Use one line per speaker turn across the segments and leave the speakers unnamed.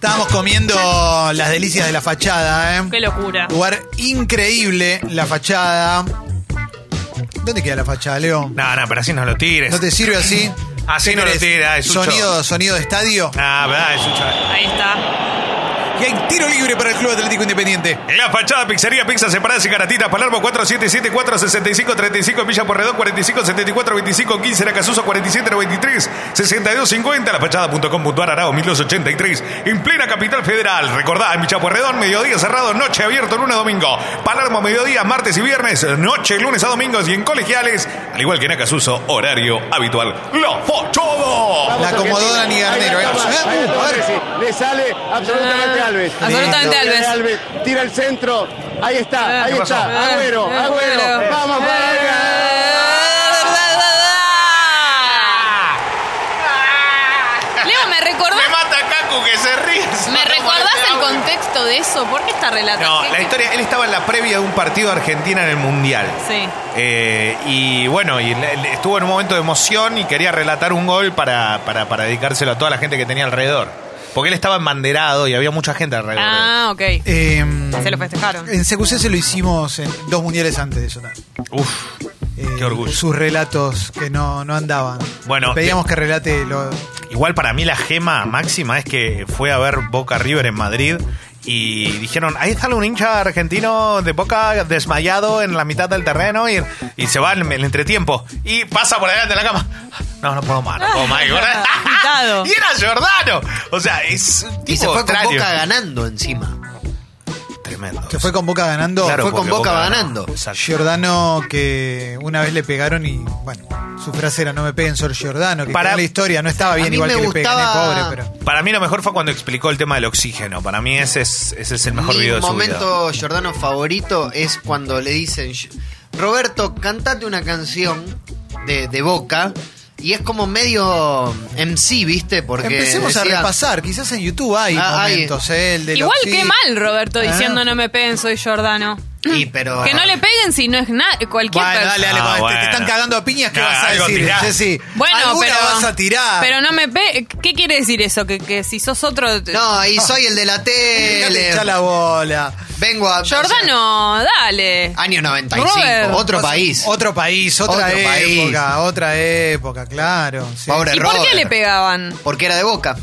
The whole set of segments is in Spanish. recomiendo las delicias de la fachada, ¿eh?
Qué locura.
Lugar increíble, la fachada. ¿Dónde queda la fachada, Leo?
No, no, pero así no lo tires.
¿No te sirve así?
Así
¿Qué
no lo
querés?
tira, es Sucho.
Sonido, sonido de estadio.
Ah, verdad, es un chaval.
Ahí está.
Y hay tiro libre para el Club Atlético Independiente.
La fachada, pizzería, pizza, separadas y caratitas. Palermo 477-465-35 en Villa Porredón 4574-2515. La Casuso 4793-6250. Lafachada.com.ar Arao 1283. En plena capital federal. Recordá, en Villa Porredón, mediodía cerrado, noche abierto, lunes, domingo. Palermo, mediodía, martes y viernes, noche, lunes a domingos. Y en colegiales, al igual que en Acasuso, horario habitual. ¡La fachada!
La acomodó Dani Garnero, ¿eh?
Ahí
Ah,
está
a ver.
Messi. Le sale absolutamente
Ah,
Alves.
absolutamente
Listo.
Alves.
Alves. Tira el centro. Ahí
Eh,
está, ahí
¿qué
está.
pasó?
Agüero,
Eh,
Agüero.
Agüero. eh.
Vamos,
Leo, ¿me
Me
recordás,
mata Cacu que se ríe.
¿me recordás el contexto de eso? ¿Por qué está relatado?
No, la historia, él estaba en la previa de un partido de Argentina en el Mundial.
Sí.
Eh, y bueno, y le- le- estuvo en un momento de emoción y quería relatar un gol para, para, para dedicárselo a toda la gente que tenía alrededor. Porque él estaba embanderado y había mucha gente alrededor. de él.
Ah, ok.
Eh,
Se lo festejaron.
En CQC se lo hicimos en dos mundiales antes de eso. ¿no?
Uf.
Eh,
Qué orgullo.
Sus relatos que no, no andaban.
Bueno,
Le pedíamos que relate lo.
Igual para mí la gema máxima es que fue a ver Boca River en Madrid y dijeron, ahí está un hincha argentino de Boca desmayado en la mitad del terreno y, y se va en el entretiempo y pasa por delante de la cama. No, no puedo más, no puedo más. Y
Agitado.
y era Giordano. O sea, es un
Y se
tipo
fue con
extraño.
Boca ganando encima.
Tremendo.
Se fue con Boca ganando.
Claro,
fue con
porque
Boca
ganó.
ganando.
Exacto.
Giordano que una vez le pegaron y bueno, su frase era no me peguen, soy Giordano, que
Para-
para la historia no estaba bien
mí
igual
me
que le
gustaba-
peguen, el pobre, pero
Para mí lo mejor fue cuando explicó el tema del oxígeno. Para mí ese es, ese es el mejor
Mi
video de su vida.
momento Jordano favorito es cuando le dicen, Roberto, cantate una canción de, de Boca. Y es como medio MC, ¿viste? Porque
empecemos a
decía,
repasar, quizás en YouTube hay
Ah, hay.
momentos, eh, el de
Igual
que
qué mal,
Ah.
Roberto, diciendo no me peguen, soy Jordano.
Y pero...
Que no le peguen si no es nada, cualquier
Bueno, dale,
persona.
dale,
Ah,
cuando te- te,
bueno.
están cagando a piñas, ¿qué
Nah,
vas a
algo
decir,
tirá.
Jessy?
Bueno,
Alguna
pero.
vas a tirar.
Pero no me pe ¿Qué quiere decir eso? Que, que si sos otro.
No, y soy el de la
Dejate
tele.
Ah. echar la bola.
Vengo a...
Jordano, dale.
Año 95,
Robert.
otro
Pasa-
país.
Otro país, otra
Otro
época, otra época, claro. sí.
Pobre
¿Y por qué
Robert.
le pegaban?
Porque era de Boca.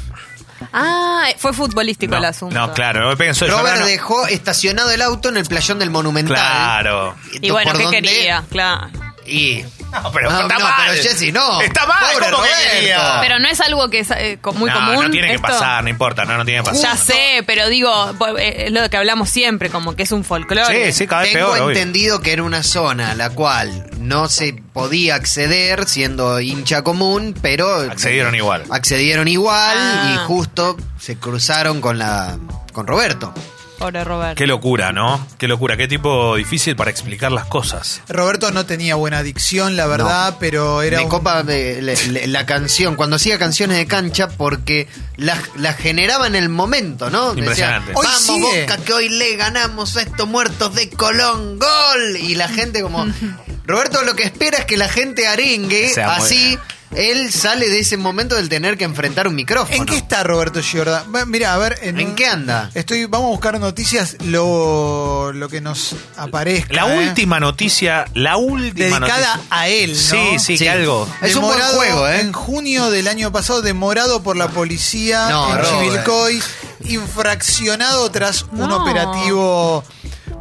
Ah, fue futbolístico el asunto.
No, claro, no me peguen, soy
Robert
Giordano.
dejó estacionado el auto en el playón del Monumental.
Claro.
Y bueno,
¿Por
¿qué
dónde?
quería? Claro.
Y...
No, pero
No,
está
no,
mal.
pero Jessy, no.
Está mal,
Pobre
¿cómo que
Roberto.
quería?
Pero no es algo que es eh, co- muy
no,
común.
No tiene que
esto.
pasar, no importa, no, no tiene que pasar.
Ya sé, pero digo, po- eh, es lo que hablamos siempre, como que es un folclore.
Sí, sí, cada vez
Tengo
peor. obvio.
entendido que era una zona a la cual no se podía acceder siendo hincha común, pero
Accedieron igual.
accedieron igual
Ah.
y justo se cruzaron con la con Roberto.
Pobre Robert.
Qué locura, ¿no? Qué locura, qué tipo difícil para explicar las cosas.
Roberto no tenía buena adicción, la verdad, pero era
Me
un-
copa de- le- le- la canción cuando hacía canciones de cancha porque las las generaba en el momento, ¿no?
Impresionante.
Hoy
Vamos
sigue".
Boca que hoy le ganamos a estos muertos de Colón, gol y la gente como Roberto lo que espera es que la gente arengue
Sea muy-
así él sale de ese momento del tener que enfrentar un micrófono.
¿En qué está Roberto Giordano? Bueno, Mira, a ver.
¿En
un-
qué anda?
Estoy, vamos a buscar noticias, lo, lo que nos aparezca.
La
¿eh?
última noticia, la última
Dedicada
noticia.
a él, ¿no?
Sí, sí,
Sí.
que algo.
Es un buen
Demorado
juego, ¿eh?
En junio del año pasado, demorado por la policía
No,
en
Robert.
Chivilcoy, infraccionado tras un
No.
operativo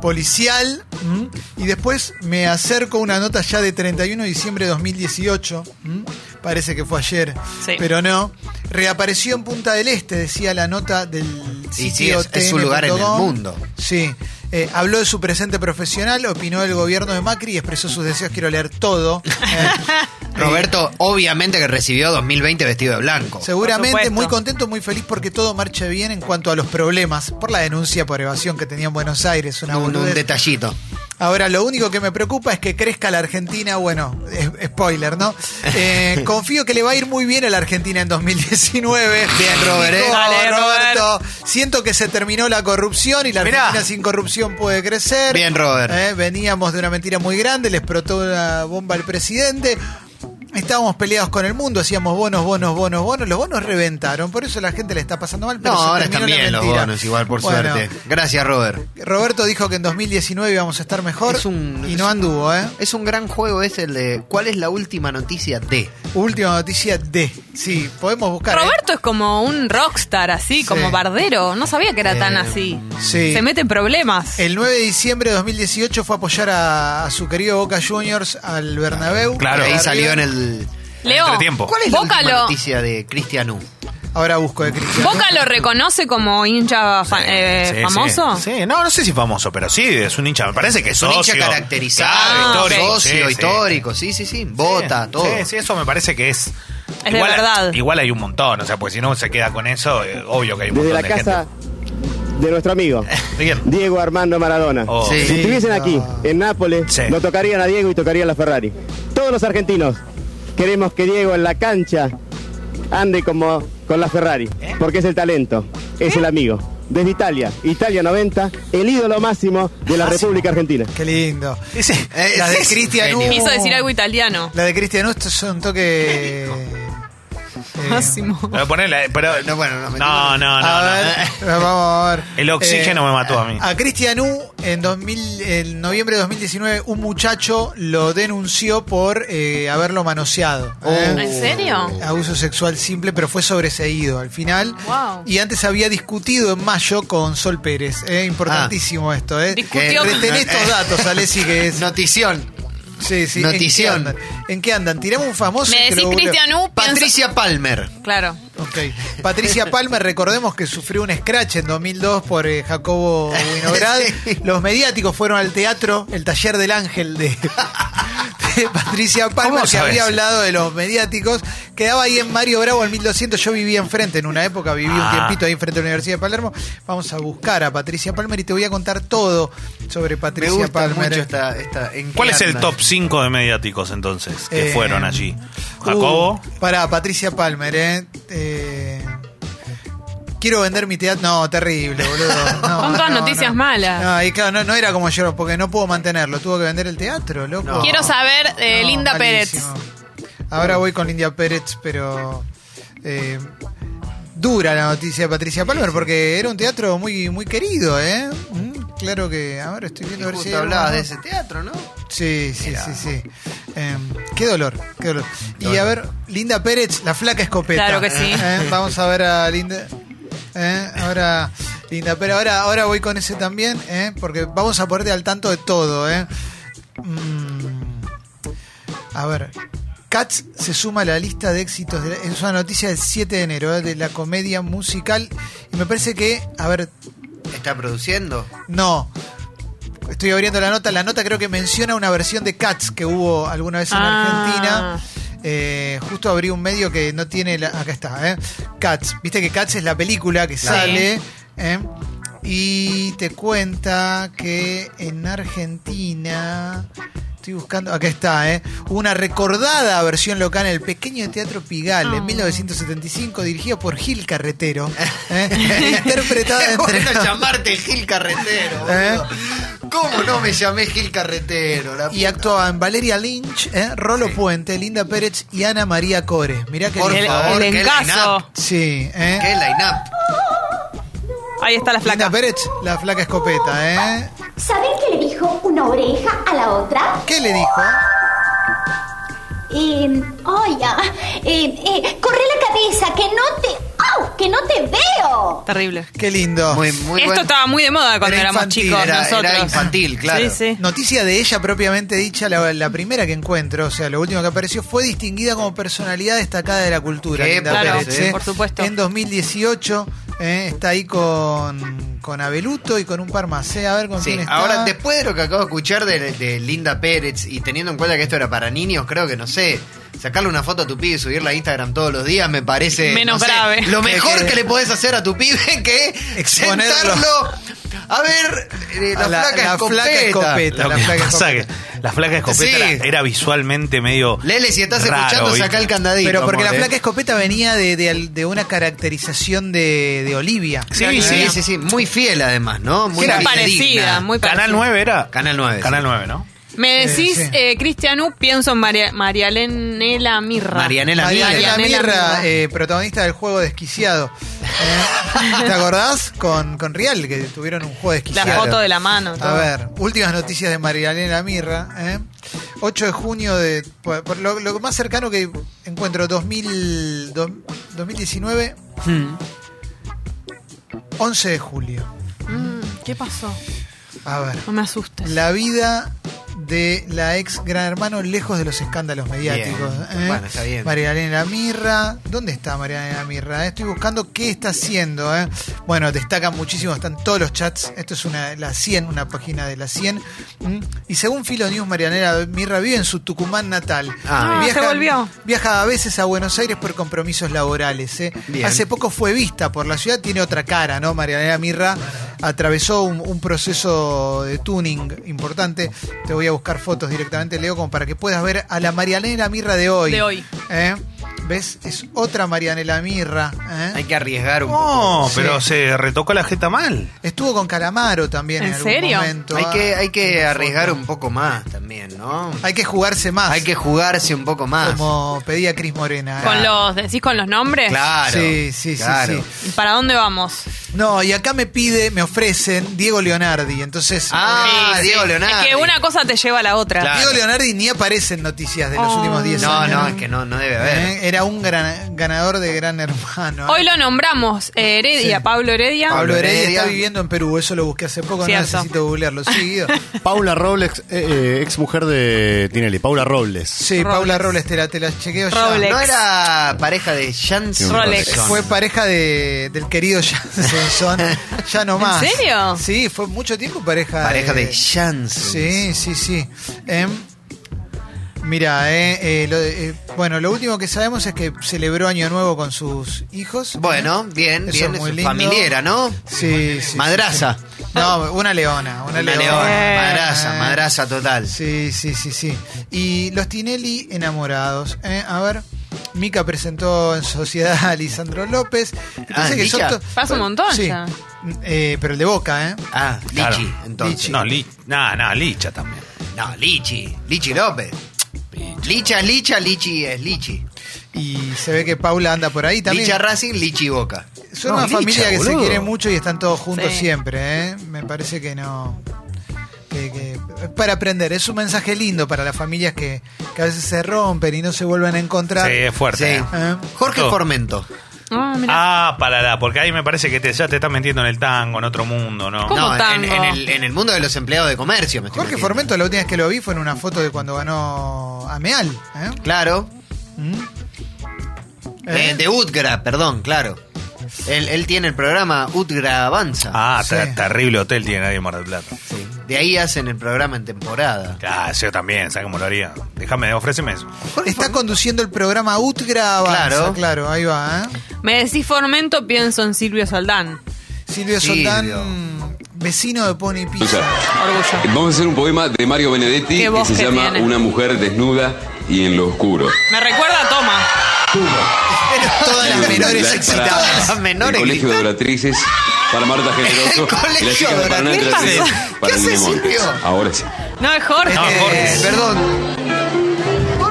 policial. ¿m? Y después me acerco a una nota ya de 31 de diciembre de 2018. ¿m? Parece que fue ayer,
Sí.
pero no. Reapareció en Punta del Este, decía la nota del
sí,
sitio
es- es su lugar en el
tn.com.
mundo.
Sí. Eh, habló de su presente profesional, opinó del gobierno de Macri y expresó sus deseos. Quiero leer todo. Eh,
Roberto obviamente que recibió 2020 vestido de blanco.
Por
seguramente
supuesto.
muy contento, muy feliz porque todo marcha bien en cuanto a los problemas por la denuncia por evasión que tenía en Buenos Aires. Una
Un, un
boludez.
detallito.
Ahora, lo único que me preocupa es que crezca la Argentina. Bueno, es- spoiler, ¿no? Eh, confío que le va a ir muy bien a la Argentina en 2019.
Bien, Robert, ¿eh?
Dijo,
Dale,
Roberto. Siento que se terminó la corrupción y la
Mirá.
Argentina sin corrupción puede crecer.
Bien, Robert.
Eh, Veníamos de una mentira muy grande, les explotó una bomba al presidente. Estábamos peleados con el mundo, hacíamos bonos, bonos, bonos, bonos. Los bonos reventaron, por eso la gente le está pasando mal.
No,
pero se
ahora
terminó
están
la
bien los
mentira.
bonos, igual, por
Bueno,
suerte. Gracias, Robert.
Roberto dijo que en 2019 íbamos a estar mejor
Es un-
y
es
no
un-
anduvo, ¿eh?
Es un gran juego, es el de. ¿Cuál es la última noticia de?
Última noticia D. Sí, podemos buscar. ¿eh?
Roberto es como un rockstar, así,
Sí.
como bardero. No sabía que era tan
Eh,
así.
sí.
Se mete en problemas.
El 9 de diciembre de 2018 fue a apoyar a, a su querido Boca Juniors al Bernabéu.
Claro.
Ahí
Arriba.
salió en el.
Leo,
entretiempo.
¿Cuál es la
Boca
última
lo-
noticia de Cristian U?
Ahora busco de Cristian.
¿Boca lo reconoce como hincha fa- eh,
Sí, sí.
famoso?
Sí. no, no sé si famoso, pero sí, es un hincha. Me parece que es
Es un
socio.
hincha caracterizado,
Ah,
Claro, histórico,
socio,
sí, sí.
histórico, sí, sí, sí. Bota,
Sí,
todo.
Sí, sí, eso me parece que es.
Es de verdad.
Igual hay un montón, o sea, pues si no se queda con eso, eh, obvio que hay un
Desde la
montón de
casa de nuestro amigo
gente. Bien.
Diego Armando Maradona.
Oh,
Sí.
Si estuviesen aquí, en Nápoles,
Sí.
lo tocarían a Diego y tocarían a la Ferrari. Todos los argentinos queremos que Diego en la cancha ande como con la Ferrari,
¿Eh?
porque es el talento, es
¿Eh?
el amigo. Desde Italia, Italia 90, el ídolo máximo de la República Argentina.
Qué lindo.
Ese-
La de
es
Cristian
genio.
U.
Quiso decir algo italiano.
La de Cristian U, esto es un toque. eh,
Máximo.
Pero ponele, pero-
No, bueno, no, me-
no, no, no,
a
no. eh.
ver, vamos a ver.
El oxígeno me mató a mí.
A Cristian U, en, 2000, en noviembre de 2019, un muchacho lo denunció por eh, haberlo manoseado. ¿eh?
¿En serio?
Abuso sexual simple, pero fue sobreseído al final.
Wow.
Y antes había discutido en mayo con Sol Pérez. Es importantísimo esto, ¿eh?
Ah. Discutió.
Retén estos datos, Alessi, que es.
Notición.
sí, sí. ¿En
notición.
qué andan? ¿En qué andan? Tiramos un famoso.
Me
y que
decís
lo-
Cristian U, pienso-
Patricia Palmer.
Claro.
Ok. Patricia Palmer, recordemos que sufrió un scratch en 2002 por eh, Jacobo Winograd.
Sí.
Los mediáticos fueron al teatro, el taller del ángel de, de Patricia
¿Cómo
Palmer, que
sabes?
había hablado de los mediáticos. Quedaba ahí en Mario Bravo al 1200. Yo vivía enfrente en una época, viví
Ah.
un tiempito ahí enfrente de la Universidad de Palermo. Vamos a buscar a Patricia Palmer y te voy a contar todo sobre Patricia
Me gusta
Palmer.
mucho esta. esta ¿en qué
¿Cuál es el
anda?
top 5 de mediáticos entonces que
Eh,
fueron allí? Jacobo.
Uh, pará, Patricia Palmer, ¿eh? Eh, Quiero vender mi teatro. No, terrible, boludo. No,
Son todas
no,
noticias
no.
malas.
No, y claro, no, no era como yo, porque no pudo mantenerlo. Tuvo que vender el teatro, loco.
No.
Quiero saber, eh,
No,
Linda
malísimo.
Pérez.
Ahora voy con Linda Pérez, pero. eh, dura la noticia de Patricia Palmer, porque era un teatro muy, muy querido, ¿eh? Mm, Claro que. A ver, estoy
Y
viendo a ver si.
Justo
hay
hablabas
alguno.
de ese teatro, ¿no?
Sí, sí,
Era-
sí, sí. Em, qué dolor, qué dolor. Y a ver, Linda Pérez, la flaca escopeta.
Claro que sí.
Eh, Vamos a ver a Linda. eh, ahora, Linda Pérez, ahora, ahora voy con ese también, eh, porque vamos a ponerte al tanto de todo. Eh. Mm, a ver. Cats se suma a la lista de éxitos. de la- es una noticia del 7 de enero eh, de la comedia musical. Y me parece que, a ver,
Está produciendo.
no. Estoy abriendo la nota. La nota creo que menciona una versión de Cats que hubo alguna vez en
Ah.
Argentina. Eh, justo abrí un medio que no tiene. la- acá está, ¿eh? Cats. Viste que Cats es la película que sale. ¿eh? Y te cuenta que en Argentina. Estoy buscando. Acá está, ¿eh? Hubo una recordada versión local en el pequeño teatro Pigal en
Oh.
1975, dirigida por Gil Carretero. ¿eh? interpretada
Qué
entre.
bueno llamarte Gil Carretero, boludo.
¿Eh?
¿Cómo no me llamé Gil Carretero? La
Y
puta?
actuaban Valeria Lynch, ¿eh? Rolo Puente, Linda Pérez y Ana María Core. Mirá que
Por
El,
favor,
el
qué
engaso.
line-up.
Sí, ¿eh?
¿Qué line-up?
Ahí está la
Linda
flaca.
Pérez, la flaca escopeta, ¿eh?
¿Saben qué le dijo una oreja a la otra?
¿Qué le dijo?
Eh, oiga, eh, eh, corre la cabeza, que no te... ¡Au! ¡Que no te veo!
Terrible.
Qué lindo.
Muy, muy
Esto
buen-
estaba muy de moda cuando
Era
éramos
infantil,
chicos
era- era
nosotros.
infantil, claro.
Sí, sí.
Noticia de ella propiamente dicha, la, la primera que encuentro, o sea, lo último que apareció, fue distinguida como personalidad destacada de la cultura.
Qué
Linda
Claro,
Pérez,
sí,
¿eh?
por supuesto.
En 2018 ¿eh? está ahí con, con Abeluto y con un par más. ¿eh? A ver con
Sí,
quién está.
ahora después de lo que acabo de escuchar de, de Linda Pérez y teniendo en cuenta que esto era para niños, creo que no sé, sacarle una foto a tu pibe y subirla a Instagram todos los días me parece
Menos
no sé,
grave.
lo mejor
Que-
que, le podés hacer a tu pibe que
Exponerlo.
sentarlo. A ver, eh, la,
A la-
flaca
la
escopeta.
flaca escopeta.
Lo
la
que
flaca
pasa
escopeta.
que la flaca escopeta
Sí.
era, era visualmente medio.
Lele, si estás
raro,
escuchando,
¿viste?
saca el candadito.
Pero porque la
amor,
flaca
eh.
escopeta venía de, de al- de una caracterización de, de Olivia.
Sí,
Sí,
sí,
sí.
sí, sí, muy fiel además, ¿no?
Muy
Muy fiel,
parecida,
digna.
muy parecida.
Canal 9 era.
Canal 9,
Canal
sí.
9, ¿no?
Me
Eh,
decís
sí.
eh, Cristianu, pienso en Maria, Marialenela Mirra.
Marianela
Marianela
Mirra.
Marianela
Mirra,
Mirra.
eh, protagonista del juego Desquiciado. Eh, ¿Te acordás? Con, con Real, que tuvieron un juego
La
desquiciado.
foto de la mano.
A
todo.
ver, últimas noticias de Marialena Mirra. ¿eh? 8 de junio de. por- por lo, lo más cercano que encuentro, 2000, do- 2019,
Hmm.
11 de julio.
Mm, ¿Qué pasó?
A ver.
No me asustes.
La vida de la ex gran hermano lejos de los escándalos mediáticos. ¿eh?
Bueno, está bien.
María Elena Mirra. ¿Dónde está María Elena Mirra? Estoy buscando qué está haciendo. ¿eh? Bueno, destacan muchísimo, están todos los chats. Esto es una la 100, una página de la 100. ¿m? Y según Filo News, María Elena Mirra vive en su Tucumán natal.
Ah,
Ah, se volvió.
Viaja a veces a Buenos Aires por compromisos laborales. ¿eh?
Bien.
Hace poco fue vista por la ciudad, tiene otra cara, ¿no? Marianela Mirra atravesó un, un proceso de tuning importante. Te voy a buscar fotos directamente, Leo, como para que puedas ver a la Marianela Mirra de hoy.
De hoy.
¿eh? ¿Ves? Es otra Marianela Mirra. ¿eh?
Hay que arriesgar un
No,
Sí.
pero se retocó la jeta mal.
Estuvo con Calamaro también en,
¿En
algún
serio?
momento.
poco. Hay que, hay que
Una
arriesgar
foto.
un poco más también, ¿no?
Hay que jugarse más.
Hay que jugarse un poco más. Ah,
Como pedía Cris Morena.
¿Con los, ¿Decís con los nombres?
Claro.
Sí, sí, sí,
claro.
¿Y
sí.
¿Para dónde vamos?
No, y acá me pide, me ofrecen Diego Leonardi. Entonces, eh,
Ah,
Sí,
Diego
sí.
Leonardo.
Es que una cosa te lleva a la otra.
Claro.
Diego Leonardi ni aparece en noticias de los
Oh.
últimos 10
No,
años.
no, es que no, no debe haber.
¿Eh? Era un gran, ganador de Gran Hermano.
Hoy lo nombramos eh, Heredia,
Sí.
Pablo Heredia.
Pablo Heredia
Heredia.
está viviendo en Perú, eso lo busqué hace poco,
Cierto.
no necesito googlearlo. Sí, Guido.
Paula Robles, eh, eh, ex mujer de Tinelli. Paula Robles.
Sí,
Robles.
Paula Robles, te la, te la chequeo
Robles.
ya.
¿No era pareja de Janssen?
Rolex.
Fue pareja de, del querido Jansenson, ya no más.
¿En serio?
Sí, fue mucho tiempo pareja.
pareja de
Sí,
Janssen.
sí, sí. Em, mira, eh, eh, lo de- eh, bueno, lo último que sabemos es que celebró Año Nuevo con sus hijos.
Bueno, bien,
Eso
bien.
es muy
es
lindo.
Familiera, ¿no?
Sí, sí.
Madraza.
No, una leona, una,
Una
leona. Ah.
leona.
Eh.
Madraza, madraza total.
Sí, sí, sí, sí. Y los Tinelli enamorados. ¿eh? A ver, Mica presentó en sociedad a Lisandro López. Parece que son
Ah, Mica.
to-
Pasa un montón
Sí.
ya.
Eh, pero el de Boca, ¿eh?
Ah,
Claro.
Lichi, entonces.
Lichi.
No, li, no, no, licha también.
No, Lichi. Lichi López. Licha, es Licha, Lichi es Lichi.
Y se ve que Paula anda por ahí también.
Licha Racing, Lichi Boca.
Son
No,
una
Licha,
familia que se
boludo.
quiere mucho y están todos juntos
Sí.
siempre, ¿eh? Me parece que no. Que, que- es para aprender. Es un mensaje lindo para las familias que, que a veces se rompen y no se vuelven a encontrar.
Sí, es fuerte.
Sí.
¿eh?
Jorge
Todo.
Formento.
Ah, mirá.
Ah, parará, porque ahí me parece que te, ya te estás metiendo en el tango, en otro mundo, ¿no?
¿Cómo
no, en,
tango?
en el, en el mundo de los empleados de comercio. Me estoy
Jorge
metiendo.
Formento, la última vez que lo vi fue en una foto de cuando ganó Ameal. ¿eh?
Claro.
¿Mm?
Eh,
¿Eh?
de Utgra, perdón, claro. Él, él tiene el programa Utgra Avanza.
Ah,
Sí.
ter- terrible hotel tiene nadie en Mar del Plata.
Sí. De ahí hacen el programa en temporada.
Ah, yo también, ¿sabes cómo lo haría? Déjame, ofréceme eso.
Está conduciendo el programa Utgra Avanza, claro.
Claro.
ahí va. ¿eh?
Me decís Formento, pienso en Silvio Saldán.
Silvio
Silvio.
Soldán, vecino de Pony
O sea,
Pizza. Eh,
Orgullo.
Vamos a hacer un poema de Mario Benedetti
Qué
que
voz
se
que
llama
tiene.
Una mujer desnuda y en lo oscuro.
Me recuerda a Toma.
Todas las menores excitadas.
Todas las menores
El colegio de adoratrices para Marta Generoso. y la
colegio
chica
de
de Paraná Entre
adoratrices.
las Tres,
¿Qué
para
hace
Nene Montes.
Silvio?
Ahora sí.
No, es Jorge.
No, Ah, Jorge.
Eh, perdón.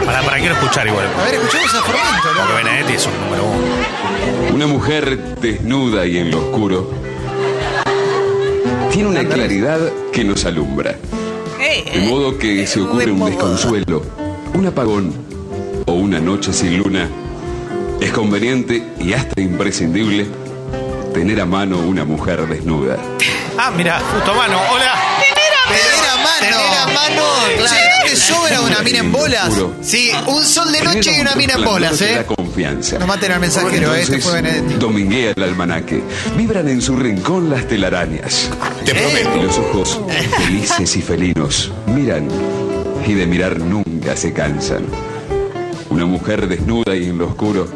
Para, para quiero escuchar igual.
A ver, escuchemos a Formento. ¿no?
Porque Benedetti es un número uno.
Una mujer desnuda y en lo oscuro tiene una claridad que nos alumbra.
Ey,
De
eh.
modo que se ocurre un desconsuelo, un apagón o una noche sin luna, es conveniente y hasta imprescindible tener a mano una mujer desnuda.
Ah, mira, justo a mano. Hola.
Tener a mano.
Tener a mano, claro.
Che, ¿no te sobra una mina en bolas?
Oscuro.
Sí, un sol de noche y
Genera
una
un
mina en
resplandor
bolas,
que da
¿eh?
confianza.
No maten al mensajero, eh, este fue Benedetti.
Dominguea el almanaque. Vibran en su rincón las telarañas.
Te
Y
prometo.
los ojos felices y felinos miran y de mirar nunca se cansan. Una mujer desnuda y en lo oscuro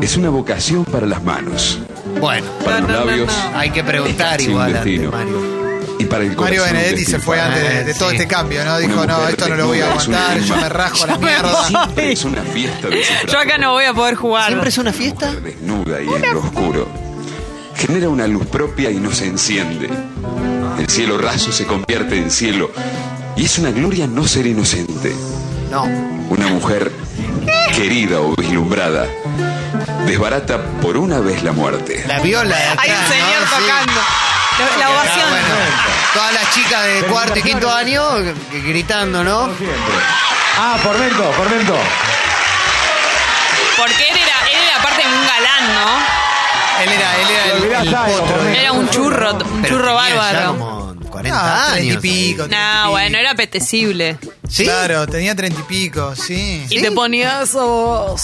es una vocación para las manos,
Bueno,
para los labios
hay que preguntar
Sin
igual antes,
destino.
Mario.
y para el corazón.
Mario Benedetti se fue antes de,
eh,
de
Ah,
todo
sí.
este cambio, ¿no? Dijo,
Una
no,
mujer
esto no lo voy a
desnuda es una
aguantar, yo
firma.
me rajo a la
Ya me
mierda.
voy.
Siempre es una fiesta de
Yo acá no voy a poder jugar.
¿Siempre es una fiesta?
desnuda y en lo oscuro. Genera una luz propia y nos enciende. El cielo raso se convierte en cielo Y es una gloria no ser inocente.
No.
Una mujer querida o vislumbrada desbarata por una vez la muerte.
La viola de acá,
Hay un señor
¿no? Ah, Sí.
tocando. La- La
Ah,
ovación.
bueno. Todas las chicas de cuarto y quinto año g- gritando, ¿no?
Ah, Pormento, Pormento.
Porque él era, él era parte de un galán, ¿no?
Él era, él era
Lo olvidás, algo,
potro.
Pormento.
Era un churro, un
Pero
churro
tenía ya
bárbaro.
como 40
Ah, treinta
años.
y pico.
No, bueno, era apetecible.
¿Sí?
Claro, tenía treinta y pico, sí.
Y te ponía esa voz.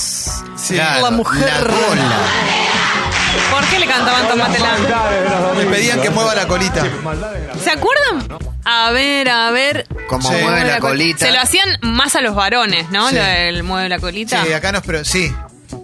Sí.
Claro,
La mujer.
La cola.
¿Por qué le cantaban Tomate la?
Maldades de los
Me
domingos.
pedían que mueva la colita.
Maldades de la-
¿Se acuerdan? A ver, a ver.
Como
Sí.
mueve
Mueve
la
col-
colita.
Se lo hacían más a los varones, ¿no?
Sí.
Lo del mueve la colita.
Sí, acá nos... Pero, sí,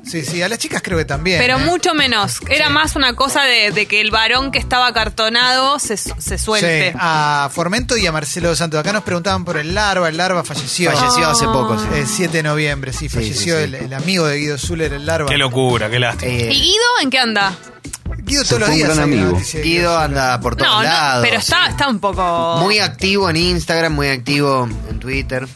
sí, sí. A las chicas creo que también.
Pero
¿eh?
mucho menos. Era más una cosa de, de que el varón que estaba acartonado se, su- se suelte.
Ah,
Sí, a Formento y a Marcelo Santos. Acá nos preguntaban por el Larva. El Larva falleció.
Falleció hace poco, sí.
El 7 de noviembre, sí, falleció
sí,
El,
sí.
el amigo de Guido Zuller, el Larva.
Qué locura, qué lástima.
Eh,
¿Y Guido en qué anda?
Guido
Se
todos los
fue un
días.
gran
hay una
amigo.
noticia de
Guido anda por todos
No,
lados.
no, pero está, está un poco.
Muy activo en Instagram, muy activo en Twitter.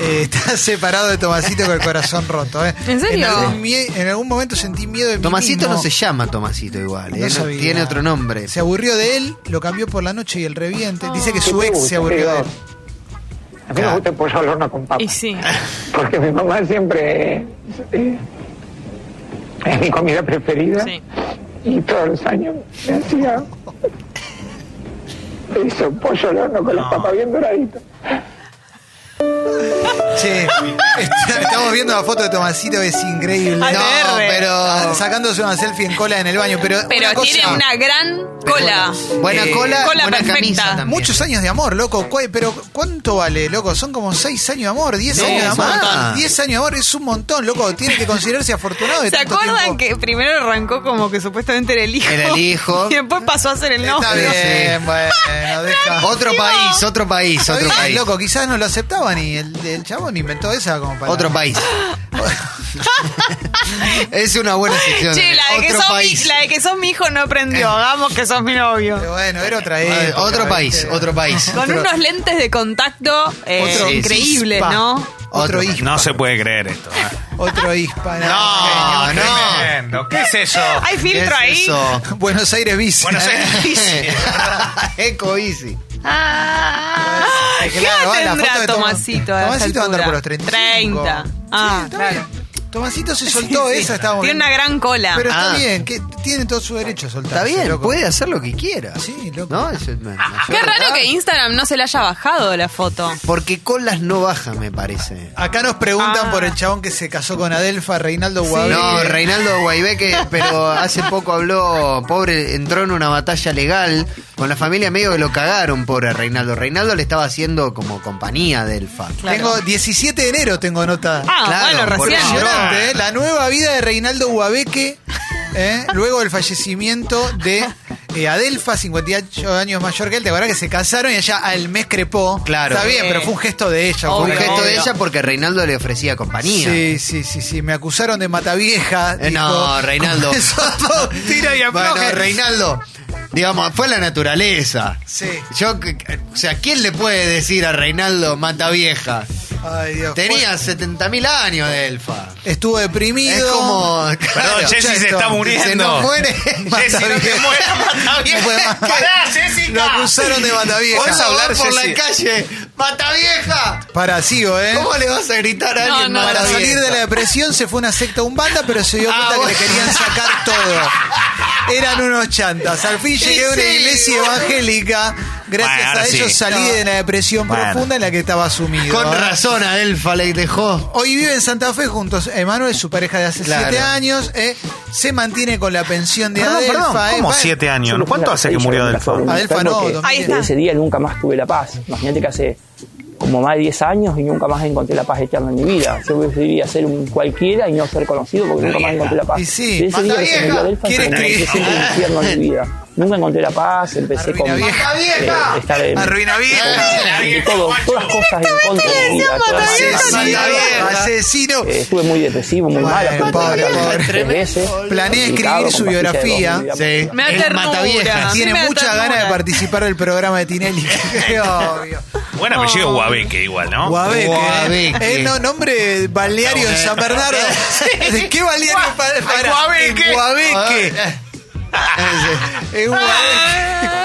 Eh, está separado de Tomasito con el corazón roto. ¿eh?
¿En serio?
algún, mie- en algún momento sentí miedo de mí
Tomasito
mismo.
no se llama Tomasito igual,
No
¿eh? No-
sabía.
tiene otro nombre.
Se aburrió de él, lo cambió por la noche y el reviente.
Ah.
Dice que su ex se aburrió de él.
A mí me gusta el pollo al horno con papa.
Y sí.
Porque mi mamá siempre eh, es mi comida preferida.
Sí.
Y todos los años me hacía eso, pollo al horno con las papas bien doraditas.
Che, est- estamos viendo la foto de Tomasito, es increíble.
Ay,
No,
R.
pero sacándose una selfie en cola en el baño. Pero,
Pero
una cosa,
tiene una gran cola.
Buena
Eh,
cola,
cola
buena
perfecta.
camisa también.
Muchos años de amor, loco. Cu- Pero ¿cuánto vale, loco? Son como 6 años de amor, 10
No,
años de
es un
amor.
montón.
10 años de amor es un montón, loco. Tiene que considerarse afortunado de
¿Se
tanto
acuerdan
tiempo.
que primero arrancó como que supuestamente era el hijo?
Era el hijo.
Y después pasó a ser el novio.
Está bien, bueno, deja.
Otro país, otro país,
Está
otro
bien,
país.
loco, quizás no lo aceptaban y el, el chabón inventó esa como para...
Otro país. es una buena sección.
Che, la de, que
otro
sos
país. Eh.
mi, la de que sos mi hijo no aprendió. Hagamos que sos mi novio.
Pero bueno, era otra
A ver,
época,
Eh, otro
¿viste?
país, otro país.
Con
Otro-
unos lentes de contacto eh,
Otro
increíbles,
cispa.
¿no?
Otro
Otro.
hispano.
No se puede creer esto. ¿eh?
Otro hispano. Ah,
No, no.
Tremendo. ¿Qué es eso?
Hay
¿Qué es
filtro ahí.
eso?
Buenos Aires bici.
Buenos Aires.
Eco Easy.
Ah,
Eh,
¿Qué
claro,
edad
la
tendrá
foto de Toma-
Tomasito? a esa
Tomasito va a andar
altura?
por los 35.
30. Ah,
Sí, está
claro.
bien. Tomasito se soltó, esa estábamos
Tiene
viendo.
una gran cola.
Pero está
Ah.
bien, que tiene todo su derecho a soltar.
Está bien, puede hacer lo que quiera.
Sí, loco.
¿No? Eso es- me- me-
Ah, Qué raro que Instagram no se le haya bajado la foto.
Porque colas no bajan, me parece.
Acá nos preguntan
Ah.
por el chabón que se casó con Adelfa, Reinaldo Guavín.
No, Reinaldo Guaybeque, pero hace poco habló, pobre, entró en una batalla legal con la familia, medio que lo cagaron, pobre Reinaldo. Reinaldo le estaba haciendo como compañía del FA.
Claro.
Tengo 17 de enero tengo nota.
Ah,
Claro,
bueno,
por
recién.
eso.
Impresionante, ¿eh? La nueva vida de Reinaldo Guabeque, ¿eh? luego del fallecimiento de eh, Adelfa, 58 años mayor que él. Te acuerdas que se casaron y ella al mes crepó.
Claro.
Está bien,
Sí.
pero fue un gesto de ella.
Fue
fue
un
Obvio,
gesto de
obvio.
ella porque Reinaldo le ofrecía compañía.
Sí, sí, sí, sí. Me acusaron de matavieja.
Eh,
dijo.
no, Reinaldo.
Eso todo, tira y afloje.
bueno, Reinaldo, digamos, fue la naturaleza.
Sí.
Yo, que- que- o sea, ¿quién le puede decir a Reinaldo mata vieja?
Ay, Dios.
Tenía 70.000 años de elfa.
Fue- Estuvo deprimido.
Es como.
Perdón,
claro,
Jessy se
Cheto,
está muriendo.
se nos muere.
Jessy, no te mueras, mata
No puede
vieja.
más.
Pará, Jessy.
Lo acusaron de matavieja.
Vamos
Vamos
a
a hablar,
por
Jessy.
la calle. ¡Mata vieja!
Para, sigo, ¿eh?
¿Cómo le vas a gritar a
No,
alguien
no,
mata
Para
Está
salir
vieja?
de la depresión se fue una secta un banda, pero se dio
Ah,
cuenta que le
bueno.
querían sacar todo. Eran unos chantas. Al fin llegué a una
sí.
iglesia evangélica.
Bueno,
Gracias
ahora
a ellos
sí.
salí de la depresión
Bueno.
profunda en la que estaba sumido.
Con
¿eh?
razón a Elfa le dejó.
Hoy vive en Santa Fe juntos. Emanuel, su pareja de hace
Claro.
siete años, eh, se mantiene con la pensión de
Perdón,
Adelfa.
perdón.
eh,
¿Cómo
va-
siete años? ¿Cuánto hace que murió Delfa?
Adelfa no,
Ahí está.
Ese día nunca más tuve la paz. Imagínate que hace como más de 10 años y nunca más encontré la paz eterna en mi vida. Yo preferiría ser un cualquiera y no ser conocido porque nunca más encontré la paz.
Y sí,
Desde ese
manda
día que se
vieja.
murió Delfa,
¿Quiere
se me
que-
metió siempre un infierno en mi vida. Nunca encontré la paz, empecé
Arruina
con
vieja.
eh, estar en,
Arruina vieja.
en todo, todas las cosas en contra de mi vida. todas las cosas.
Asesino, asesino.
Eh, estuve muy depresivo, muy
Bueno,
mal, fui
pobre,
hospitalizado
pobre.
tres veces.
Planea
Complicado,
escribir su
con pastilla de
biografía.
hormona,
Sí.
Me da
Es
ternura.
mataviejas.
A mí me
Tiene
da
mucha
ternura.
ganas de participar del programa de Tinelli. Qué obvio.
Buen apellido Guabeque igual, ¿no?
Guabeque.
Guabeque.
Eh, no, nombre balneario de San Bernardo. ¿De qué balneario
Gua-
para, para-
Guabeque. Ah.
Guabeque. Es Guabeque.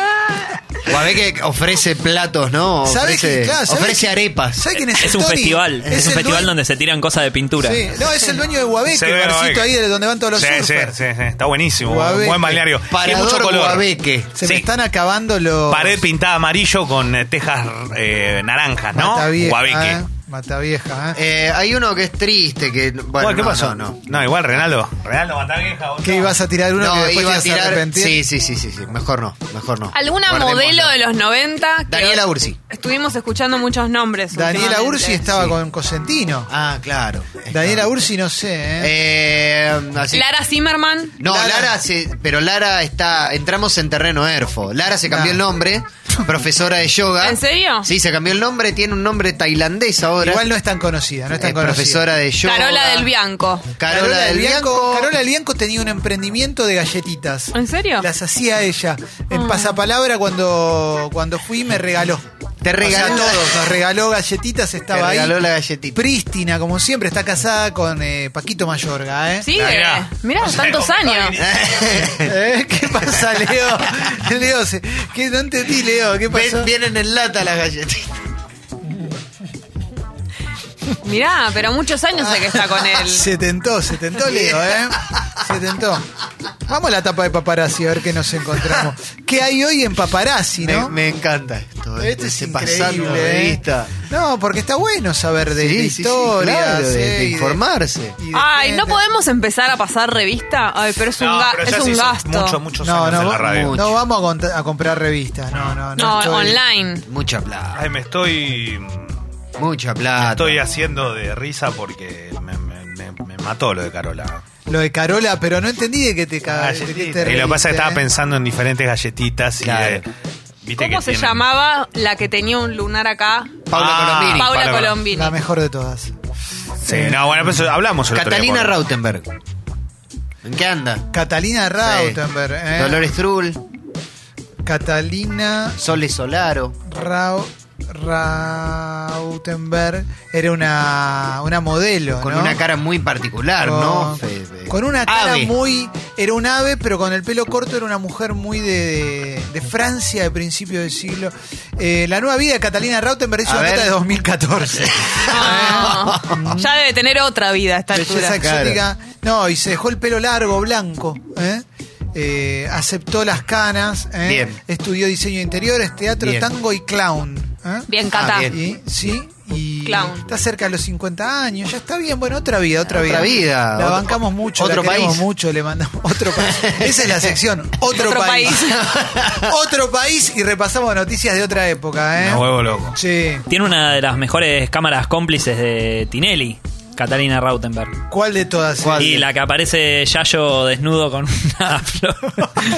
Guabé que ofrece platos, ¿no?
¿Sabés
Ofrece,
que- claro, sabés
ofrece
que-
arepas.
¿Sabe quién es
Es un
Tony?
festival, es, un
el
festival
dueño-
donde se tiran cosas de pintura.
Sí, no, es el dueño de Guabeque,
Sí,
el barcito
Guabeque.
ahí de donde van todos los
sí, sí,
surfers.
sí, sí, está buenísimo.
Guabeque.
Buen balneario. Tiene mucho
Parador
color.
Guabeque.
Se
Sí.
me están acabando los.
Pared pintada amarillo con eh, tejas eh, naranjas, ¿no?
Matavieja,
Guabeque.
eh. Matavieja, eh.
Eh, hay uno que es triste, que... Bueno,
Bueno, ¿Qué
no,
pasó?
No, no.
igual Renaldo. Renaldo Matavieja. vos
¿Qué
no.
ibas a tirar uno
No,
que después te
iba a
ibas a
tirar...
arrepentir?
Sí, sí, sí, sí, sí. Mejor no, mejor no.
¿Alguna
Guardémoslo.
modelo de los 90? que
Daniela Ursi.
Estuvimos escuchando muchos nombres.
Daniela
últimamente.
Ursi estaba con Cosentino.
Ah, claro.
Daniela Ursi, no sé, ¿eh?
Eh, así.
Lara Zimmerman.
No, Lara,
Lara.
se- pero Lara está, entramos en terreno erfo. Lara se cambió
Ah.
el nombre, profesora de yoga.
¿En serio?
Sí, se cambió el nombre, tiene un nombre tailandés ahora.
Igual no es tan conocida, no es tan
Eh,
conocida.
profesora de yoga.
Carola del Bianco.
Carola, del Bianco.
Carola del Bianco tenía un emprendimiento de galletitas.
¿En serio?
Las hacía ella. En pasapalabra cuando, cuando fui me regaló.
Ah. Te regaló.
O sea, todos, nos regaló galletitas,
Te
estaba
regaló
ahí.
la galletita.
Prístina, como siempre, está casada con eh, Paquito Mayorga, ¿eh?
Sí,
Mirá.
mirá, tantos años.
¿Eh? ¿Qué pasa, Leo? Leo, se- ¿qué, no entendí, Leo, ¿qué
Ven-
pasó?
vienen en lata las galletitas.
Mirá, pero muchos años de que está con él.
Ah, Se tentó, se tentó Leo, ¿eh? Se tentó. Vamos a la tapa de paparazzi a ver qué nos encontramos. ¿Qué hay hoy en paparazzi,
Me,
no?
me encanta esto.
Esto
Este
es
se
increíble,
pasando
¿eh?
revista.
No, porque está bueno saber de,
Sí,
de
sí, sí,
historias,
claro, de-
eh,
de
y
informarse.
y de
Ay, ¿no
gente.
podemos empezar a pasar revista? Ay, pero es un,
No,
ga-
pero
es
ya se
un
hizo
gasto.
Mucho, muchos
No,
años
no,
en la
va-
radio.
no vamos a, cont- a comprar revistas. No, no, no.
no,
estoy-
online.
Mucha plata.
Ay, me estoy.
Mucha plata.
Estoy haciendo de risa porque me, me- me- me mató lo de Carola.
Lo de Carola, pero no entendí de qué eh. te
Ah,
cagas.
Galletitas. Y lo que pasa es que estaba pensando en diferentes galletitas y.
Claro.
eh, viste
¿Cómo
que
se
tienen-
llamaba la que tenía un lunar acá?
Paula
Ah,
Colombini.
Paula,
Paula Col-
Colombini.
La mejor de todas.
Sí, no, bueno, pues hablamos. el otro día,
Catalina
por-
Rautenberg. ¿En qué anda?
Catalina Rautenberg.
Sí.
¿eh?
Dolores Trull,
Catalina
Sole Solaro.
Rau- Rautenberg era una, una modelo.
Con
Ah, ¿no?
una cara muy particular,
Con-
¿no? Fe- fe-
Con una cara
Ave.
muy. Era un ave, pero con el pelo corto era una mujer muy de, de Francia de principio del siglo. Eh, la nueva vida de Catalina Rautenberg es
A
una
ver.
nota de 2014.
Ah, ya debe tener otra vida a esta
Belleza
altura.
exótica. No, y se dejó el pelo largo, blanco. ¿eh? Eh, aceptó las canas. ¿eh?
Bien.
Estudió diseño de interiores, teatro,
Bien.
tango y clown. ¿eh?
Bien, Cata.
Ah, bien.
Y- sí, y
Clown.
está cerca de los 50 años, ya está bien, bueno, otra vida, otra,
Otra vida.
La
Otro-
bancamos mucho,
otro
la queremos
país.
mucho, le mandamos otro país. Esa es la sección, otro,
Otro
país.
país.
otro país y repasamos noticias de otra época, ¿eh?
Me huevo loco.
Sí,
Tiene una de las mejores cámaras cómplices de Tinelli, Catalina Rautenberg.
¿cuál de todas?
Y la que aparece Yayo desnudo con una flor.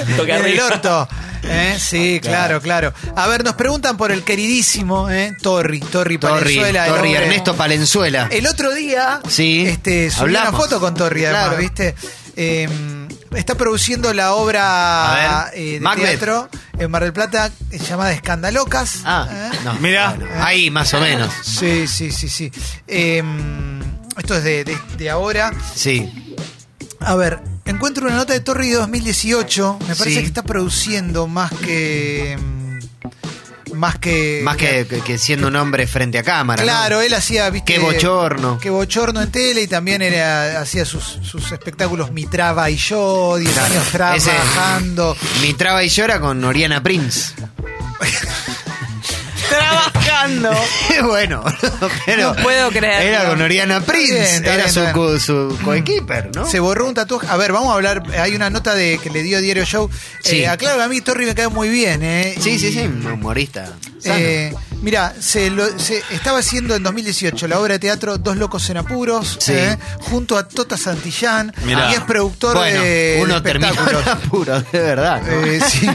En
Toca
el
arriba.
orto. ¿eh?
Ah,
Sí, claro, claro. A ver, nos preguntan por el queridísimo ¿eh? Torri, Torri
Torri,
Palenzuela. el
Torri
hombre-
Ernesto Palenzuela.
El otro día
Sí,
este, subí
hablamos.
una foto con Torri, además,
Claro.
¿viste? Eh, está produciendo la
A
obra
ver,
eh, de
Macbeth.
teatro en Mar del Plata eh, llamada Escandalocas.
Ah,
¿eh?
no.
Mirá.
Bueno, ahí más o menos.
Sí, sí, sí, sí. Eh, esto es de, de- de ahora.
Sí.
A ver, encuentro una nota de Torri de 2018. Me parece
Sí.
que está produciendo más que... mm, Más que...
Más que, que- que siendo un hombre frente a cámara. ¿no?
Claro, eh. él hacía, viste.
Qué bochorno.
Qué bochorno en tele y también era, hacía sus, sus espectáculos Mi Traba y yo, 10
Claro.
años trabajando.
Mi traba y llora con Oriana Prince.
Trabajando.
bueno, pero
No puedo creerlo.
Era con Oriana Prince.
Está bien, está
era
bien,
su,
está
co- su coequiper, ¿no?
Se borró un tatuaje. A ver, vamos a hablar. Hay una nota de que le dio Diario Show.
Sí.
Eh, aclaro que a mí Torri me cae muy bien, ¿eh?
Sí,
Y,
sí, sí, un humorista. sano.
eh, Mira, se, lo- se estaba haciendo en 2018 la obra de teatro Dos locos en apuros,
Sí.
¿eh? junto a Tota Santillán,
Mirá.
y es productor
Bueno,
de
uno
de
terminó
espectáculos.
en apuros, de verdad. ¿no?
Eh, sí.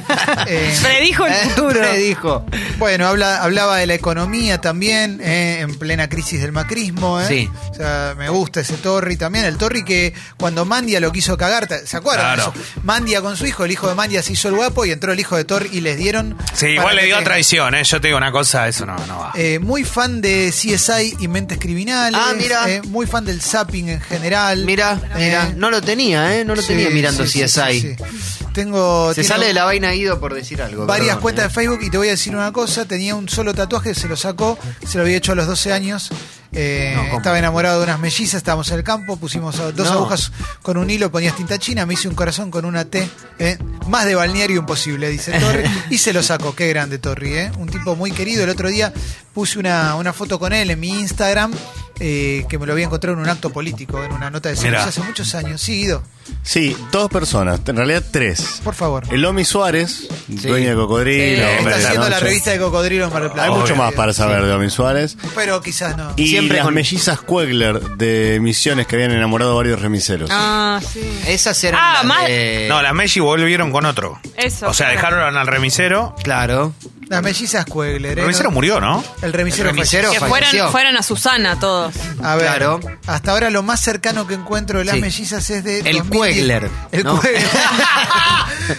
Eh,
Predijo el futuro.
Predijo.
Bueno, habla, hablaba de la economía también, eh, en plena crisis del macrismo. eh.
Sí.
O sea, me gusta ese Torri también. El Torri que cuando Mandia lo quiso cagar, ¿te- ¿se acuerdan? de
Claro.
eso? Mandia con su hijo, el hijo de Mandia se hizo el guapo y entró el hijo de Torri y les dieron.
Sí,
para
igual le
que
dio
tengan.
traición, ¿eh? Yo te digo una cosa, eso no, no va.
Eh, muy fan de CSI y Mentes Criminales.
Ah, mira.
eh, muy fan del zapping en general.
Mira, mira,
Eh,
no lo tenía, ¿eh? No lo
sí,
tenía mirando
sí,
si es ahí.
sí, sí. Tengo.
Se
tiene
sale de la vaina Ido por decir algo.
Varias
perdón,
cuentas
¿eh?
de Facebook y te voy a decir una cosa, tenía un solo tatuaje, se lo sacó, se lo había hecho a los 12 años, eh,
No, ¿cómo?
estaba enamorado de unas mellizas, estábamos en el campo, pusimos a- dos
No.
agujas con un hilo, ponías tinta china, me hice un corazón con una T, eh, más de balneario imposible, dice Torri, y se lo sacó, qué grande Torri, eh, un tipo muy querido, el otro día puse una, una foto con él en mi Instagram. eh, que me lo había encontrado en un acto político, en una nota de
Mirá.
servicio hace muchos años. Sí, Guido,
Sí, dos personas, en realidad tres.
por favor.
El Lomi Suárez, dueño de Cocodrilo.
Eh,
hombre
está
de la
haciendo la
noche.
revista de Cocodrilo en Mar del Plata.
Hay mucho
Obvio.
más para saber de Lomi Suárez.
Pero quizás no.
Y
Siempre
las
con-
mellizas Cuegler de Misiones que habían enamorado a varios remiseros.
Ah, sí.
Esas eran
Ah,
las
más-
de-
No, las Messi volvieron con otro.
Eso.
O sea, dejaron al remisero.
Claro.
Las mellizas Cuegler.
El
¿eh?
remisero
No-
murió, ¿no?
El remisero,
El remisero
falleció.
Que
falleció.
fueron, fueron a Susana todos.
A ver,
Claro.
hasta ahora lo más cercano que encuentro de las
Sí.
mellizas es de...
El
2010.
Cuegler,
El
¿no?
Cuegler.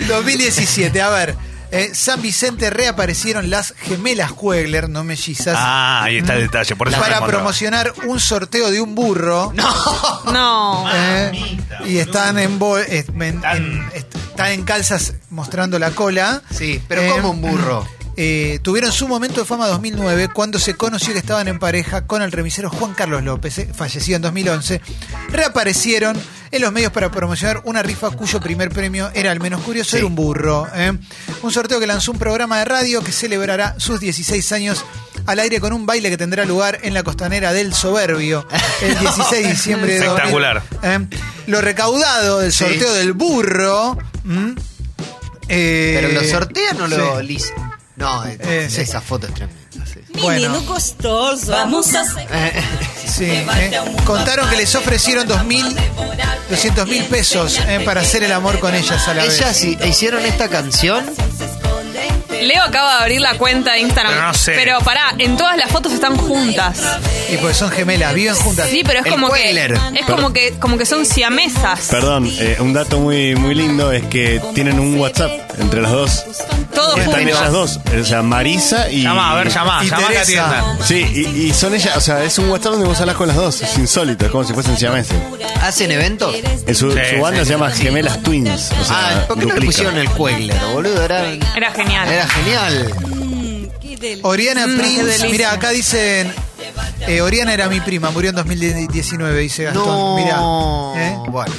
2017, a ver. eh, San Vicente reaparecieron las gemelas Cuegler, no mellizas.
Ah, ahí está el detalle. Por eso no
para
lo encontraba.
promocionar un sorteo de un burro.
No.
Eh,
Mamita,
y están en, bol- eh, en- en-
Tan-
est- están en calzas mostrando la cola.
Sí, pero
Eh,
como un burro.
eh, tuvieron su momento de fama 2009 cuando se conoció que estaban en pareja con el remisero Juan Carlos López, eh, fallecido en 2011. Reaparecieron en los medios para promocionar una rifa cuyo primer premio era al menos curioso, era un burro. eh. Un sorteo que lanzó un programa de radio que celebrará sus 16 años al aire con un baile que tendrá lugar en la costanera del Soberbio el 16 de diciembre de 2000.
Espectacular.
Eh, Lo recaudado del
Sí.
sorteo del burro. ¿m? Eh,
Pero lo sortean o lo
sí.
lis- No, eh,
Eh, sí.
esa foto es tremenda. sí.
Bueno.
gostoso, vamos a
Eh,
Sí, eh. Contaron que les ofrecieron 2.000, 200 mil pesos eh, para hacer el amor con ellas a la vez.
Ellas hi- hicieron esta canción.
Leo acaba de abrir la cuenta de Instagram.
Pero no sé.
Pero pará, en todas las fotos están juntas.
Y pues son gemelas, viven juntas.
Sí, pero es
El
como
Weyler.
que. Mm, Es como que, como que son siamesas.
Perdón, eh, un dato muy, muy lindo es que tienen un WhatsApp entre las dos.
Todos
Están ellas
juntos.
dos, o sea, Marisa y...
Llamá, a ver, llamá,
Y
llamá a la
Teresa.
tienda.
Sí, y, y son ellas, o sea, es un WhatsApp donde vos hablas con las dos, es insólito, es como si fuesen siameses.
¿Hacen eventos?
En Su,
Sí,
su banda
sí.
se llama Gemelas Twins. O sea,
ah, ¿por qué no le
duplican.
pusieron el Cuegler, boludo? Era,
Era genial.
era genial.
Oriana
Mm, qué
Prince,
delicia.
mira, acá dicen. eh, Oriana era mi prima, murió en 2019, dice Gastón.
No.
Mirá, eh.
Bueno,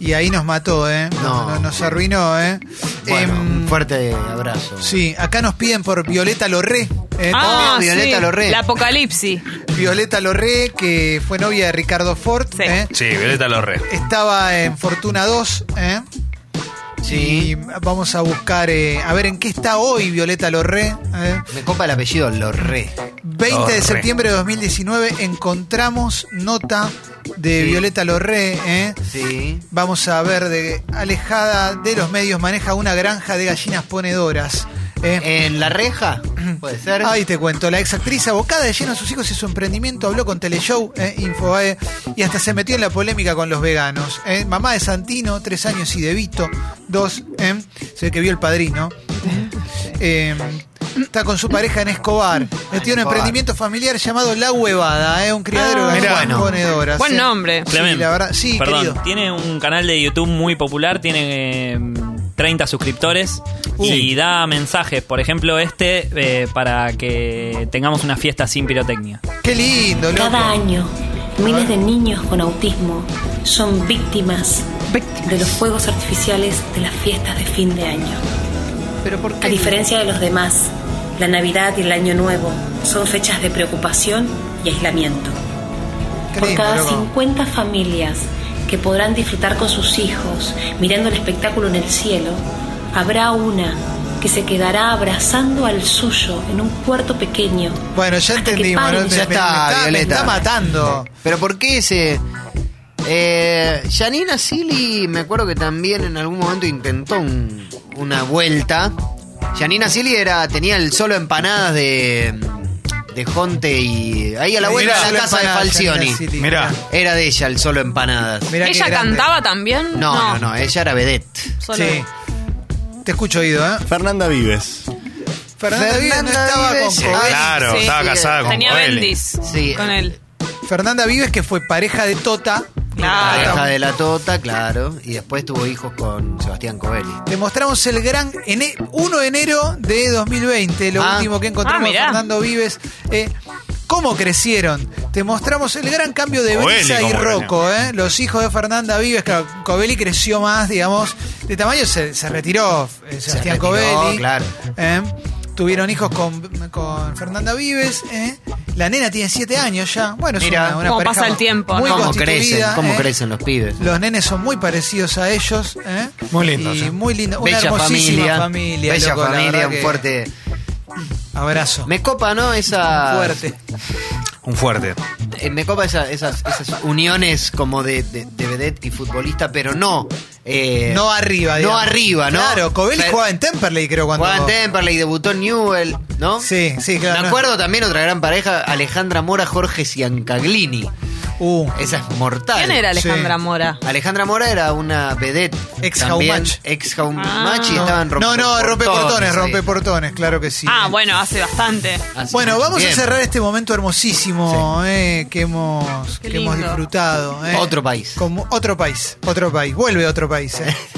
Y ahí nos mató, ¿eh? Nos-
No.
nos- nos arruinó, ¿eh?
bueno,
Em,
un fuerte abrazo.
Sí, acá nos piden por Violeta Lorré. eh,
Ah,
Oh, Violeta
sí,
Lorré.
La apocalipsis.
Violeta Lorré, que fue novia de Ricardo Ford.
Sí.
eh.
Sí, Violeta lo re.
Estaba en Fortuna 2. ¿eh? Y
Sí.
vamos a buscar, eh, a ver en qué está hoy Violeta Lorré. ¿eh?
Me copa el apellido Lorré.
20 de
Lorré.
septiembre de 2019 encontramos nota de
Sí.
Violeta Lorré. ¿eh?
Sí.
Vamos a ver, de, alejada de los medios, maneja una granja de gallinas ponedoras. ¿eh?
¿En la reja? Puede ser.
Ahí te cuento, la exactriz abocada de lleno a sus hijos y su emprendimiento habló con Teleshow, eh, Infobae, y hasta se metió en la polémica con los veganos. eh. Mamá de Santino, tres años, y de Vito, dos, eh, se ve que vio el padrino. Eh, está con su pareja en Escobar. Metió un
Escobar.
emprendimiento familiar llamado La Huevada, eh, un criadero
Ah.
de gallinas
Mirá.
ponedoras.
Buen
eh.
nombre.
Sí,
Clemen,
la verdad, sí,
perdón,
querido.
tiene un canal de YouTube muy popular, tiene eh, 30 suscriptores
Uh.
y da mensajes, por ejemplo este, eh, para que tengamos una fiesta sin pirotecnia.
Qué lindo, loco.
Cada año, miles de niños con autismo son víctimas de los fuegos artificiales de las fiestas de fin de año.
Pero ¿por
A diferencia de los demás, la Navidad y el Año Nuevo son fechas de preocupación y aislamiento.
Qué
Por
lindo,
cada
loco.
50 familias que podrán disfrutar con sus hijos mirando el espectáculo en el cielo, habrá una que se quedará abrazando al suyo en un cuarto pequeño.
Bueno, ya entendimos.
paren.
¿no?
Ya
Me-
está,
me me
Violeta.
está matando.
Pero ¿por qué ese? Eh, Janina Silly, me acuerdo que también en algún momento intentó un- una vuelta. Janina Silly era, tenía el solo empanadas de, de Jonte y ahí a la vuelta
Mirá.
de la casa de
Solo empanadas,
Falcioni.
Janina Silly.
Mira, era de ella el solo empanadas.
¿Ella cantaba también?
No, no, no, ella era vedette.
Solo- Sí.
Te escucho oído, ¿eh?
Fernanda Vives.
Fernanda, Vives no estaba con
Vives,
Coelho.
Claro, Sí, estaba sí, casada con
Tenía
Coelho.
Bendis con él.
Fernanda Vives, que fue pareja de Tota.
Pareja de la Tota, claro. Y después tuvo hijos con Sebastián Covelli.
Te mostramos el gran ene- 1 de enero de 2020, lo
Ah.
último que
Ah,
encontramos de
mirá.
Fernando Vives. eh, ¿Cómo crecieron? Te mostramos el gran cambio de
Coeli,
Brisa y
cómo
Rocco, eh, los hijos de Fernanda Vives. Claro, Covelli creció más, digamos, de tamaño, se, se retiró eh, Sebastián
retiró,
Covelli.
claro.
eh, tuvieron hijos con, con Fernanda Vives. eh, La nena tiene 7 años ya. Bueno, es
Mira.
una, una
Cómo
pareja
pasa el tiempo,
muy
¿no? Cómo
constituida,
crecen, cómo
eh.
crecen los pibes.
Los nenes son muy parecidos a ellos. ¿eh?
Muy lindos,
Y
¿eh?
muy lindo. Una
Bella
hermosísima
familia.
familia.
Bella
loco, la
familia,
verdad
un
que-
fuerte.
Abrazo.
Me copa, ¿no? Esa.
Fuerte.
Un fuerte.
Eh, me copa esa- esas, esas uniones como de, de, de vedette y futbolista, pero no. eh,
No arriba, digamos.
No arriba, ¿no?
Claro, Covelli
Fer-
jugaba en Temperley, creo, cuando.
Jugaba en Temperley, debutó en Newell, ¿no?
Sí, sí, claro.
Me
no.
acuerdo también otra gran pareja, Alejandra Mora, Jorge Ciancaglini.
Uh,
Esa es mortal.
¿Quién era Alejandra Mora?
Alejandra Mora era una vedette.
Ex
también,
Haumatch.
Ex Haumatch
Ah.
y estaban
no,
rompiendo.
no, rompe portones, rompe portones, claro que sí.
Ah, bueno, hace bastante.
bueno, vamos
bien.
a cerrar este momento hermosísimo eh, que hemos
Qué
que hemos
lindo.
disfrutado. eh.
Otro país.
Como otro país, otro país, vuelve otro país. eh.